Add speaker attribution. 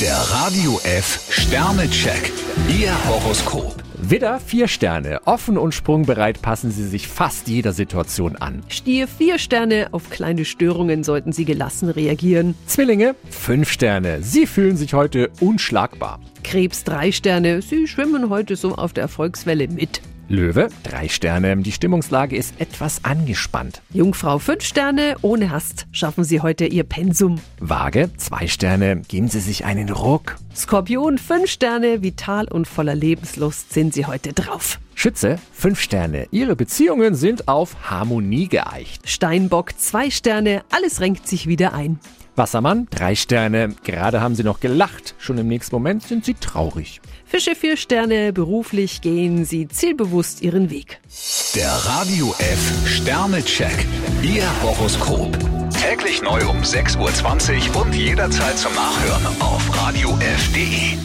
Speaker 1: Der Radio F Sternecheck. Ihr Horoskop.
Speaker 2: Widder, vier Sterne. Offen und sprungbereit passen Sie sich fast jeder Situation an.
Speaker 3: Stier vier Sterne, auf kleine Störungen sollten Sie gelassen reagieren.
Speaker 2: Zwillinge, fünf Sterne. Sie fühlen sich heute unschlagbar.
Speaker 3: Krebs drei Sterne, Sie schwimmen heute so auf der Erfolgswelle mit.
Speaker 2: Löwe, drei Sterne. Die Stimmungslage ist etwas angespannt.
Speaker 3: Jungfrau fünf Sterne, ohne Hast schaffen Sie heute Ihr Pensum.
Speaker 2: Waage, zwei Sterne. Geben Sie sich einen Ruck.
Speaker 3: Skorpion fünf Sterne, vital und voller Lebenslust sind Sie heute drauf.
Speaker 2: Schütze, fünf Sterne. Ihre Beziehungen sind auf Harmonie geeicht.
Speaker 3: Steinbock zwei Sterne, alles renkt sich wieder ein.
Speaker 2: Wassermann, drei Sterne. Gerade haben Sie noch gelacht. Schon im nächsten Moment sind Sie traurig.
Speaker 3: Fische vier Sterne, beruflich gehen Sie zielbewusst Ihren Weg.
Speaker 1: Der Radio F Sternecheck. Ihr Horoskop. Täglich neu um 6.20 Uhr und jederzeit zum Nachhören auf Radio radiof.de.